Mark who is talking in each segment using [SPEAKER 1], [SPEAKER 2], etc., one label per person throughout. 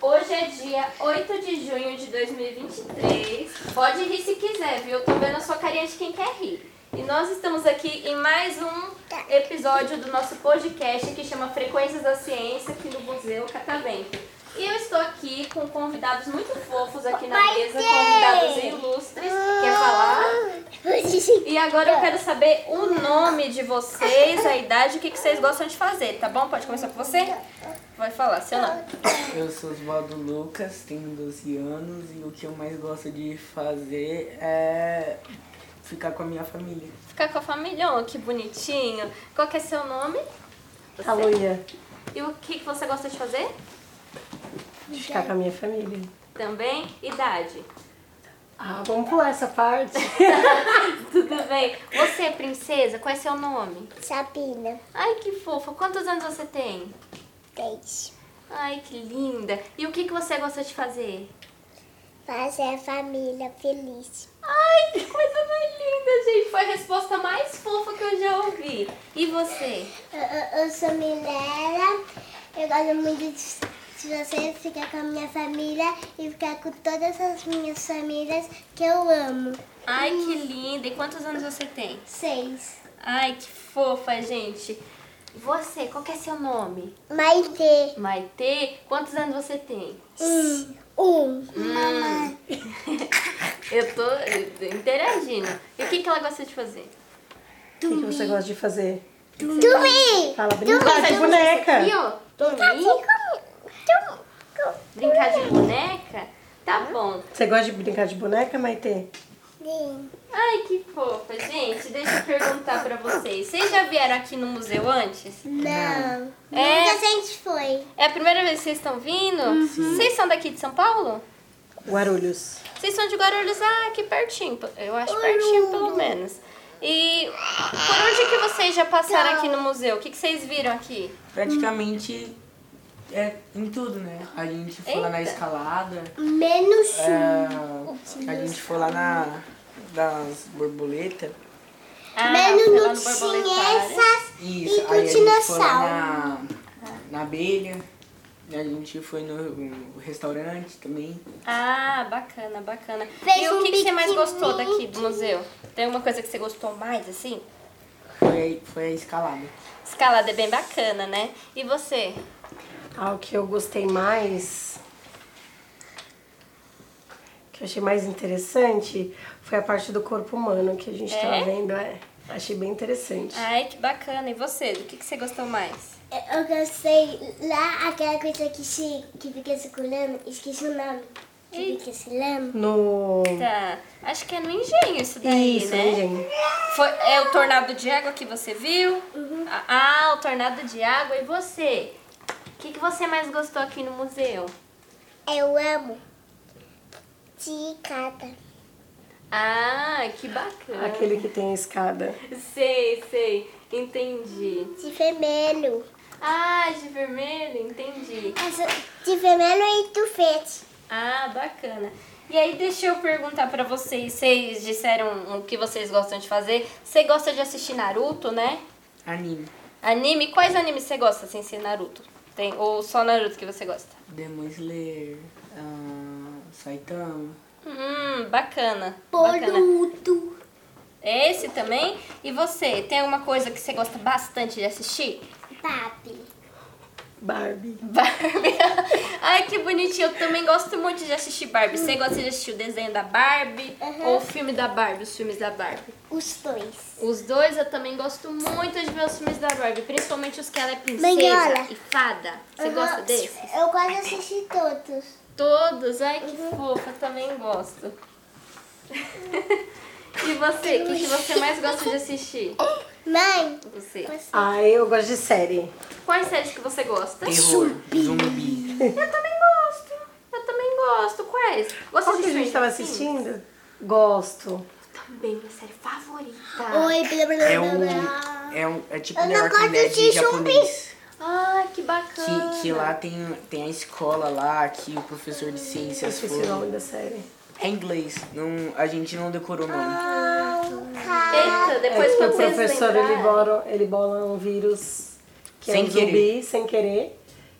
[SPEAKER 1] Hoje é dia 8 de junho de 2023. Pode rir se quiser, viu? Tô vendo a sua carinha de quem quer rir. E nós estamos aqui em mais um episódio do nosso podcast que chama Frequências da Ciência, aqui no Museu Catavento. E eu estou aqui com convidados muito fofos aqui na mesa, convidados ilustres. Quer falar? E agora eu quero saber o nome de vocês, a idade, o que, que vocês gostam de fazer, tá bom? Pode começar com você? Vai falar, seu nome.
[SPEAKER 2] Eu sou Oswaldo Lucas, tenho 12 anos e o que eu mais gosto de fazer é ficar com a minha família.
[SPEAKER 1] Ficar com a família, ó, que bonitinho. Qual que é seu nome? Você.
[SPEAKER 3] Aleluia.
[SPEAKER 1] E o que, que você gosta de fazer?
[SPEAKER 3] De ficar com a minha família.
[SPEAKER 1] Também? Idade.
[SPEAKER 3] Ah, vamos pular essa parte.
[SPEAKER 1] Tudo bem. Você é princesa? Qual é seu nome?
[SPEAKER 4] Sabina,
[SPEAKER 1] Ai, que fofa. Quantos anos você tem?
[SPEAKER 4] 10.
[SPEAKER 1] Ai, que linda. E o que, que você gosta de fazer?
[SPEAKER 4] Fazer a família feliz.
[SPEAKER 1] Ai, que coisa mais linda, gente. Foi a resposta mais fofa que eu já ouvi. E você?
[SPEAKER 4] Eu, eu- eu sou Minera, eu gosto muito de, de você ficar com a minha família e ficar com todas as minhas famílias que eu amo.
[SPEAKER 1] Ai, que linda. E quantos anos você tem?
[SPEAKER 4] Seis.
[SPEAKER 1] Ai, que fofa, gente. Você, qual que é seu nome?
[SPEAKER 4] Maite,
[SPEAKER 1] Maite, quantos anos você tem?
[SPEAKER 4] um. Um. Mamãe,
[SPEAKER 1] Eu tô eu tô interagindo. E o que, que ela gosta de fazer?
[SPEAKER 3] O que que você gosta de fazer?
[SPEAKER 4] dormir.
[SPEAKER 2] Tá
[SPEAKER 3] Fala, brincar de
[SPEAKER 4] É.
[SPEAKER 3] boneca.
[SPEAKER 1] Aqui, ó.
[SPEAKER 4] Tá Assim
[SPEAKER 1] Dormir? Brincar de boneca? Tá bom.
[SPEAKER 3] Você gosta de brincar de boneca, Maite?
[SPEAKER 4] Sim.
[SPEAKER 1] Ai, que fofa, gente. Deixa eu perguntar pra vocês. Vocês já vieram aqui no museu antes?
[SPEAKER 4] Não.
[SPEAKER 1] É.
[SPEAKER 4] Nunca a gente foi.
[SPEAKER 1] É a primeira vez que vocês estão vindo?
[SPEAKER 4] Uhum.
[SPEAKER 1] Vocês são daqui de São Paulo?
[SPEAKER 3] Guarulhos.
[SPEAKER 1] Vocês são de Guarulhos, ah, aqui pertinho. Eu acho pertinho, pelo menos. E por onde que vocês já passaram
[SPEAKER 4] Tá.
[SPEAKER 1] aqui no museu? O que, que vocês viram aqui?
[SPEAKER 2] Praticamente é em tudo, né? A gente foi lá na
[SPEAKER 1] Eita.
[SPEAKER 2] escalada,
[SPEAKER 4] Menos um.
[SPEAKER 2] é, a gente foi lá na das borboletas.
[SPEAKER 1] Ah,
[SPEAKER 4] Menos
[SPEAKER 1] foi lá
[SPEAKER 4] não
[SPEAKER 1] no
[SPEAKER 4] tinha
[SPEAKER 1] borboletário.
[SPEAKER 4] essas
[SPEAKER 2] Isso,
[SPEAKER 4] e
[SPEAKER 2] aí
[SPEAKER 4] do
[SPEAKER 2] a gente foi
[SPEAKER 4] dinossauro.
[SPEAKER 2] lá na, na abelha, e a gente foi no, no restaurante também.
[SPEAKER 1] Ah, bacana, bacana.
[SPEAKER 4] Fez
[SPEAKER 1] e o
[SPEAKER 4] um
[SPEAKER 1] que, que você mais gostou daqui
[SPEAKER 4] piquenique.
[SPEAKER 1] do museu? Tem alguma coisa que você gostou mais, assim?
[SPEAKER 2] Foi, foi a escalada.
[SPEAKER 1] Escalada é bem bacana, né? E você?
[SPEAKER 3] Ah, o que eu gostei mais, que eu achei mais interessante, foi a parte do corpo humano que a gente
[SPEAKER 1] É?
[SPEAKER 3] tava vendo. É. Achei bem interessante.
[SPEAKER 1] Ai, que bacana. E você? Do que, que você gostou mais?
[SPEAKER 4] Eu gostei lá aquela coisa que, se, que fica circulando, esqueci o nome. Que fica circulando.
[SPEAKER 3] No...
[SPEAKER 1] Tá. Acho que é no engenho isso daí,
[SPEAKER 3] Isso,
[SPEAKER 1] né?
[SPEAKER 3] né, gente?
[SPEAKER 1] Foi, é o tornado de água que você viu?
[SPEAKER 4] Uhum.
[SPEAKER 1] Ah, ah, o tornado de água. E você? O que, que você mais gostou aqui no museu?
[SPEAKER 4] Eu amo cicada.
[SPEAKER 1] Ah, que bacana.
[SPEAKER 3] Aquele que tem a escada.
[SPEAKER 1] Sei, sei. Entendi.
[SPEAKER 4] De vermelho.
[SPEAKER 1] Ah, de vermelho, entendi.
[SPEAKER 4] Essa- De vermelho e tufete.
[SPEAKER 1] Ah, bacana. E aí, deixa eu perguntar pra vocês. Vocês disseram o que vocês gostam de fazer. Você gosta de assistir Naruto, né?
[SPEAKER 2] Anime,
[SPEAKER 1] Anime? Quais animes você gosta assim, sem ser Naruto? Tem, ou só Naruto que você gosta?
[SPEAKER 2] Demon Slayer, ah, Saitama.
[SPEAKER 1] Hum, bacana. Bacana.
[SPEAKER 4] Poluto.
[SPEAKER 1] É Esse também. E você, tem alguma coisa que você gosta bastante de assistir?
[SPEAKER 4] Papi.
[SPEAKER 3] Barbie.
[SPEAKER 1] Barbie. Ai, que bonitinho. Eu também gosto muito de assistir Barbie. Você gosta de assistir o desenho da Barbie ou o filme da Barbie, os filmes da Barbie?
[SPEAKER 4] Os dois.
[SPEAKER 1] Os dois eu também gosto muito de ver os filmes da Barbie, principalmente os que ela é princesa
[SPEAKER 4] Manhola.
[SPEAKER 1] e fada. Você
[SPEAKER 4] Aham.
[SPEAKER 1] gosta desses?
[SPEAKER 4] Eu quase assisti todos.
[SPEAKER 1] Todos, ai que
[SPEAKER 4] Uhum.
[SPEAKER 1] fofa, também gosto. e você, o que, que você mais gosta de assistir?
[SPEAKER 4] Mãe,
[SPEAKER 1] Você.
[SPEAKER 3] Ah, eu gosto de série.
[SPEAKER 1] Quais séries que você
[SPEAKER 4] Tá
[SPEAKER 1] gosta?
[SPEAKER 2] Terror, zumbi.
[SPEAKER 1] Eu também gosto. Eu também gosto. Quais? Gosta
[SPEAKER 3] Qual que a gente tava assistindo? Gosto.
[SPEAKER 1] Também, minha série favorita. ah.
[SPEAKER 4] oi, blá blá blá
[SPEAKER 2] É
[SPEAKER 4] blá.
[SPEAKER 2] um.
[SPEAKER 4] blá.
[SPEAKER 2] É, um, é tipo
[SPEAKER 4] Eu
[SPEAKER 2] The
[SPEAKER 4] não
[SPEAKER 2] Walking
[SPEAKER 4] gosto
[SPEAKER 2] Dead
[SPEAKER 4] de zumbi. Ah.
[SPEAKER 2] japonês.
[SPEAKER 1] Ah, que bacana.
[SPEAKER 2] Que, que lá tem, tem a escola lá, que o professor de ciências
[SPEAKER 3] Esqueci o nome
[SPEAKER 2] foi.
[SPEAKER 3] da série.
[SPEAKER 2] É inglês, não, a gente não decorou o nome.
[SPEAKER 4] Ah.
[SPEAKER 1] Eita, depois
[SPEAKER 3] é que
[SPEAKER 1] quando
[SPEAKER 3] o
[SPEAKER 1] vocês
[SPEAKER 3] professor ele
[SPEAKER 1] lembrarem.
[SPEAKER 3] bola, ele bola um vírus que é
[SPEAKER 2] Sem
[SPEAKER 3] um zumbi sem querer.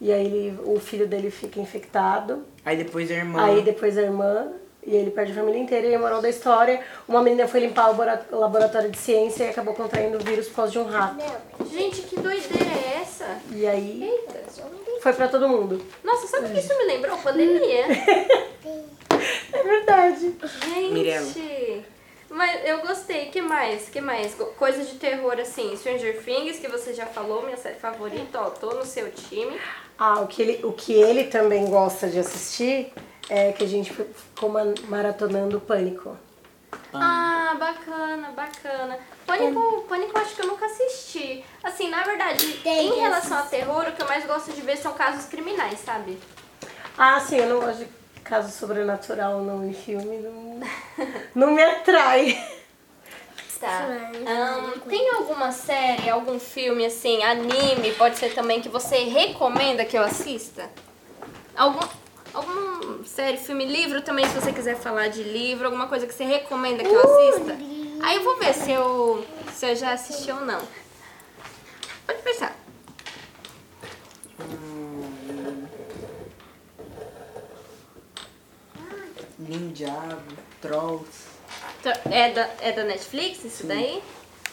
[SPEAKER 3] E aí ele- o filho dele fica infectado.
[SPEAKER 2] Aí depois a irmã.
[SPEAKER 3] Aí depois a irmã. E ele perde a família inteira. E a moral da história: uma menina foi limpar o bora- o laboratório de ciência e acabou contraindo o vírus por causa de um rato.
[SPEAKER 1] Gente, que doideira é essa?
[SPEAKER 3] E aí
[SPEAKER 1] Eita.
[SPEAKER 3] foi pra todo mundo.
[SPEAKER 1] Nossa, sabe o que isso me lembrou? Pandemia.
[SPEAKER 3] É verdade.
[SPEAKER 1] Gente.
[SPEAKER 2] Mirella.
[SPEAKER 1] Mas eu gostei. Que mais? Que mais? Go- Coisa de terror assim. Stranger Things, que você já falou, minha série favorita. Ó, tô no seu time.
[SPEAKER 3] Ah, o que ele, o que ele também gosta de assistir é que a gente ficou ma- maratonando o pânico.
[SPEAKER 1] Ah, bacana, bacana. Pânico, Pânico eu acho que eu nunca assisti. Assim, na verdade,
[SPEAKER 4] Tem
[SPEAKER 1] em
[SPEAKER 4] que
[SPEAKER 1] relação a terror, o que eu mais gosto de ver são casos criminais, sabe?
[SPEAKER 3] Ah, sim, eu não gosto de caso sobrenatural não em filme, não, não me atrai.
[SPEAKER 1] Tá.
[SPEAKER 4] Sim,
[SPEAKER 1] Ahn, tem alguma série, algum filme assim, anime, pode ser também, que você recomenda que eu assista? Algum, algum série, filme, livro também, se você quiser falar de livro, alguma coisa que você recomenda que eu assista? Aí eu vou ver se eu, se eu já assisti ou não. Pode pensar.
[SPEAKER 2] Hum, Ninjago, Trolls.
[SPEAKER 1] Tra- É da, é da Netflix isso daí?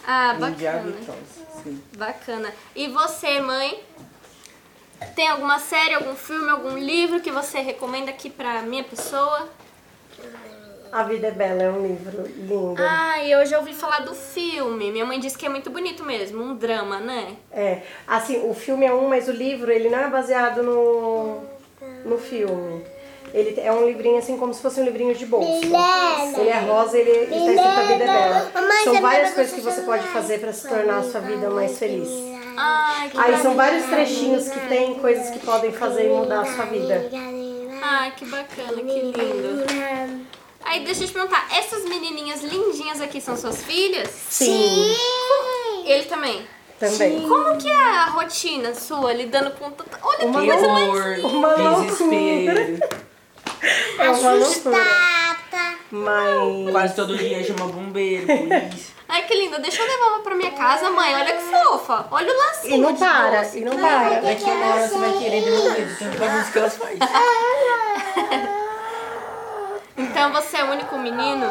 [SPEAKER 1] Ah,
[SPEAKER 2] Ninjago
[SPEAKER 1] bacana.
[SPEAKER 2] e Trolls, sim.
[SPEAKER 1] Bacana. E você, mãe? Tem alguma série, algum filme, algum livro que você recomenda aqui pra minha pessoa?
[SPEAKER 3] A Vida é Bela é um livro lindo. né?
[SPEAKER 1] Ah, e eu já ouvi falar do filme. Minha mãe disse que é muito bonito mesmo, um drama, né?
[SPEAKER 3] É, assim, o filme é um, mas o livro ele não é baseado no, no filme. Ele é um livrinho assim como se fosse um livrinho de bolso.
[SPEAKER 4] Milena.
[SPEAKER 3] Ele é rosa, ele, ele tá escrito a vida é bela.
[SPEAKER 4] Mamãe, você
[SPEAKER 3] São várias
[SPEAKER 4] lembra
[SPEAKER 3] coisas
[SPEAKER 4] do
[SPEAKER 3] que você
[SPEAKER 4] celular?
[SPEAKER 3] pode fazer pra se tornar a sua vida mais feliz.
[SPEAKER 1] Hum. Ai, que
[SPEAKER 3] Aí
[SPEAKER 1] bacana.
[SPEAKER 3] são vários trechinhos que tem coisas que podem fazer e mudar a sua vida.
[SPEAKER 1] Ai, que bacana, que lindo. Aí deixa eu te perguntar, essas menininhas lindinhas aqui são suas filhas?
[SPEAKER 3] Sim,
[SPEAKER 1] Ele também.
[SPEAKER 3] também.
[SPEAKER 1] Como que é a rotina sua lidando com tanta... Olha que coisa mais
[SPEAKER 2] Terror,
[SPEAKER 3] Uma
[SPEAKER 2] desespero.
[SPEAKER 3] É uma loucura.
[SPEAKER 4] Tata.
[SPEAKER 3] Mas
[SPEAKER 2] Quase todo dia chama bombeiro, polícia.
[SPEAKER 1] Ai, que linda. Deixa eu levar uma pra minha casa, mãe. Olha que fofa. Olha o lacinho.
[SPEAKER 3] E não
[SPEAKER 1] de
[SPEAKER 3] para,
[SPEAKER 1] doce.
[SPEAKER 3] e não para.
[SPEAKER 2] Daqui a uma hora você vai querer devolver, de tanto bagunça que elas fazem.
[SPEAKER 1] Então você é o único menino?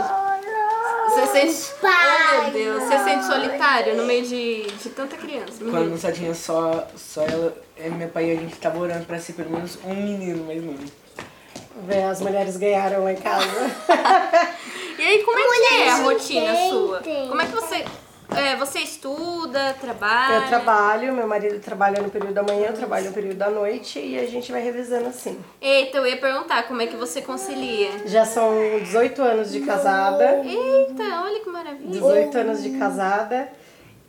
[SPEAKER 1] Você sente... Ai, meu Deus. Você sente solitário no meio de, de tanta criança. menino?
[SPEAKER 2] Quando só tinha só, só ela, eu e meu pai, a gente tava orando pra ser pelo menos um menino, mas não.
[SPEAKER 3] Vê, as mulheres ganharam lá em casa.
[SPEAKER 1] E aí, como é que é a
[SPEAKER 4] Mulheres
[SPEAKER 1] rotina
[SPEAKER 4] sentem.
[SPEAKER 1] sua? Como é que você... é, você estuda, trabalha?
[SPEAKER 3] Eu trabalho, meu marido trabalha no período da manhã, eu trabalho no período da noite e a gente vai revisando assim.
[SPEAKER 1] Eita, eu ia perguntar como é que você concilia.
[SPEAKER 3] Já são 18 anos de casada.
[SPEAKER 1] Eita, olha que maravilha.
[SPEAKER 3] 18 anos de casada.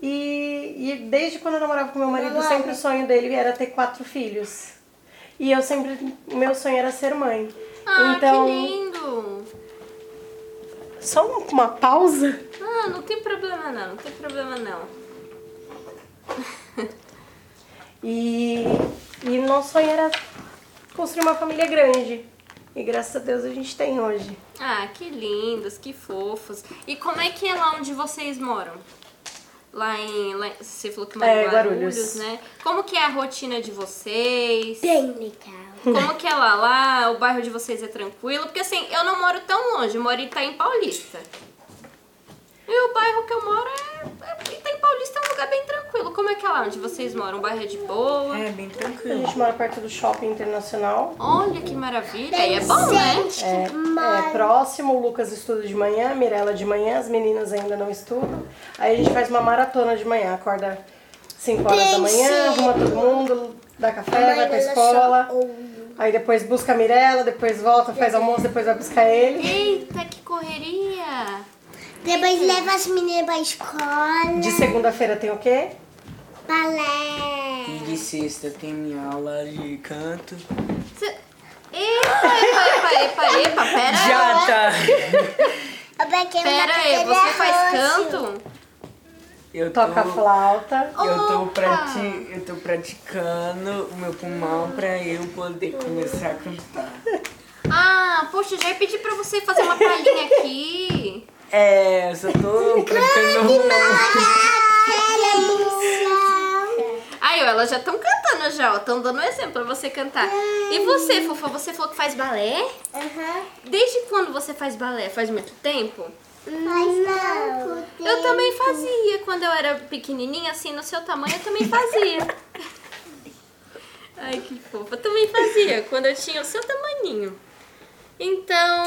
[SPEAKER 3] E, e desde quando eu namorava com meu marido, sempre o sonho dele era ter quatro filhos. E eu sempre. Meu sonho era ser mãe.
[SPEAKER 1] Ah,
[SPEAKER 3] então,
[SPEAKER 1] que lindo.
[SPEAKER 3] só um- uma pausa.
[SPEAKER 1] Ah, não tem problema não, não tem problema não.
[SPEAKER 3] E, e nosso sonho era construir uma família grande. E graças a Deus a gente tem hoje.
[SPEAKER 1] Ah, que lindos, que fofos. E como é que é lá onde vocês moram? Lá em. lá em- você falou que mora em
[SPEAKER 3] É,
[SPEAKER 1] Guarulhos,
[SPEAKER 3] Guarulhos. É.
[SPEAKER 1] né? Como que é a rotina de vocês?
[SPEAKER 4] Bem legal.
[SPEAKER 1] Como que é lá? Lá o bairro de vocês é tranquilo? Porque assim, eu não moro tão longe, eu moro em Itaim Paulista. E o bairro que eu moro é. é- Itaim Paulista é um lugar bem tranquilo. Como é que é lá onde vocês moram? O bairro é de boa?
[SPEAKER 2] É, bem
[SPEAKER 3] A
[SPEAKER 2] tranquilo.
[SPEAKER 3] gente mora perto do shopping internacional.
[SPEAKER 1] Olha que maravilha! E é bom, né?
[SPEAKER 4] Gente,
[SPEAKER 3] É, é próximo, o Lucas estuda de manhã, a Mirella de manhã, as meninas ainda não estudam. Aí a gente faz uma maratona de manhã, acorda 5 horas da manhã, arruma todo mundo, dá café, vai pra escola. Aí depois busca a Mirella, depois volta, faz almoço, depois vai buscar ele.
[SPEAKER 1] Eita, que correria!
[SPEAKER 4] Depois leva as meninas pra escola.
[SPEAKER 3] De segunda-feira tem o quê?
[SPEAKER 2] E
[SPEAKER 4] Balé.
[SPEAKER 2] de sexta tem minha aula de canto.
[SPEAKER 1] Cê- Epa, epa, epa, epa, epa, pera
[SPEAKER 2] Já tá!
[SPEAKER 4] Eu peguei é uma
[SPEAKER 1] Pera aí,
[SPEAKER 4] cadeira
[SPEAKER 1] você faz
[SPEAKER 4] roxa.
[SPEAKER 1] canto?
[SPEAKER 2] Eu tô,
[SPEAKER 3] Toca a flauta.
[SPEAKER 2] eu, tô prati, eu tô praticando o meu pulmão pra eu poder começar a cantar.
[SPEAKER 1] Ah, poxa, já ia pedir pra você fazer uma palhinha aqui.
[SPEAKER 2] É, eu só tô praticando o pulmão.
[SPEAKER 4] é
[SPEAKER 1] Aí, ó, elas já estão cantando já, ó. Estão dando um exemplo pra você cantar. E você, Fofa, você falou que faz balé? Desde quando você faz balé? Faz muito tempo? Eu também fazia. Quando eu era pequenininha, assim, no seu tamanho, eu também fazia. Ai, que fofa. Eu também fazia, quando eu tinha o seu tamaninho. Então...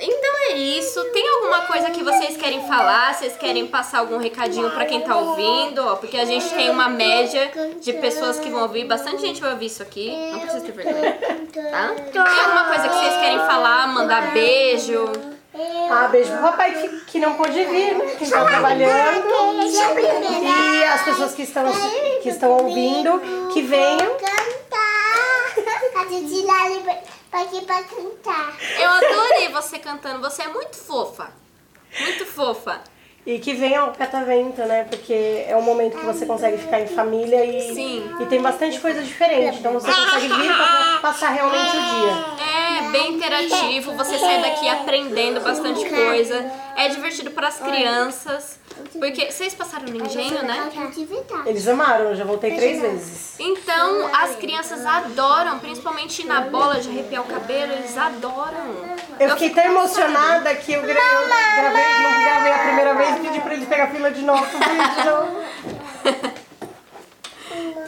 [SPEAKER 1] Então é isso. Tem alguma coisa que vocês querem falar? Vocês querem passar algum recadinho pra quem tá ouvindo? Ó, porque a gente tem uma média de pessoas que vão ouvir. Bastante gente vai ouvir isso aqui. Não precisa ter vergonha,
[SPEAKER 3] Ah,
[SPEAKER 1] tá? Tem alguma coisa que vocês querem falar? Mandar beijo?
[SPEAKER 3] Ah, beijo pro papai que, que não pôde vir, né? Que tá trabalhando. E as pessoas que estão, assi- é que estão ouvindo, que venham.
[SPEAKER 4] cantar. A gente lá pra aqui pra cantar.
[SPEAKER 1] Eu adorei você cantando, você é muito fofa. Muito fofa.
[SPEAKER 3] E que venham ao Catavento, né? Porque é um momento que você consegue ficar em família e,
[SPEAKER 1] Sim.
[SPEAKER 3] e tem bastante coisa diferente. Então você consegue vir pra passar realmente o dia.
[SPEAKER 1] É bem interativo, você sai daqui aprendendo bastante coisa. É divertido para as crianças. Porque vocês passaram no engenho, né?
[SPEAKER 3] Eles amaram, eu já voltei três vezes.
[SPEAKER 1] Então as crianças adoram, principalmente na bola de arrepiar o cabelo, eles adoram.
[SPEAKER 3] Eu fiquei tão emocionada que eu, gra eu gravei, não gravei a primeira vez e pedi pra eles pegar a fila de novo. de novo.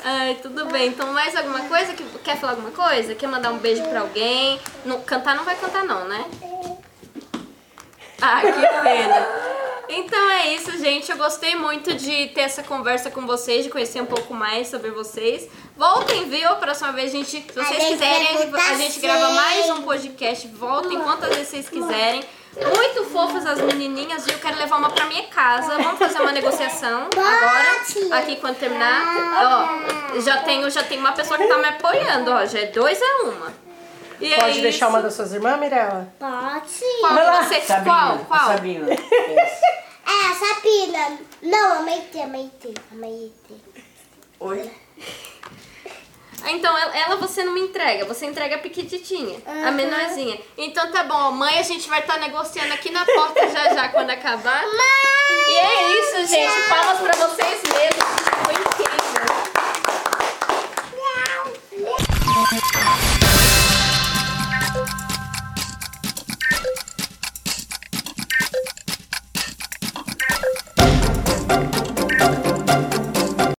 [SPEAKER 1] Ai, tudo bem. Então mais alguma coisa? Que- Quer falar alguma coisa? Quer mandar um beijo pra alguém? Não, cantar não vai cantar não, né? Ah, que pena. Então é isso, gente. Eu gostei muito de ter essa conversa com vocês, de conhecer um pouco mais sobre vocês. Voltem, viu? A próxima vez a gente, se vocês
[SPEAKER 4] gente
[SPEAKER 1] quiserem,
[SPEAKER 4] vai
[SPEAKER 1] a gente- a
[SPEAKER 4] voltar
[SPEAKER 1] gente grava
[SPEAKER 4] sempre.
[SPEAKER 1] mais um podcast. Voltem quantas vezes vocês quiserem. Muito fofas as menininhas, viu? Quero levar uma pra minha casa. Vamos fazer uma negociação agora, aqui quando terminar. Ó, já tenho, já tem uma pessoa que tá me apoiando, ó. Já é dois a uma. E é
[SPEAKER 3] Pode deixar
[SPEAKER 1] isso.
[SPEAKER 3] uma das suas irmãs, Mirella?
[SPEAKER 1] Qual
[SPEAKER 4] Pode.
[SPEAKER 1] que você? Qual?
[SPEAKER 2] Sabrina,
[SPEAKER 1] Qual?
[SPEAKER 2] Sabrina. Essa.
[SPEAKER 4] É, Sabina. Não, ameitei, ameitei, ameitei.
[SPEAKER 2] Oi?
[SPEAKER 1] Ah, Então, ela ela você não me entrega, você entrega a pequititinha, a
[SPEAKER 4] Aham.
[SPEAKER 1] menorzinha. Então tá bom, ó, mãe, a gente vai estar negociando aqui na porta é já já quando acabar. E é isso, gente. Palmas pra vocês mesmos. Foi incrível.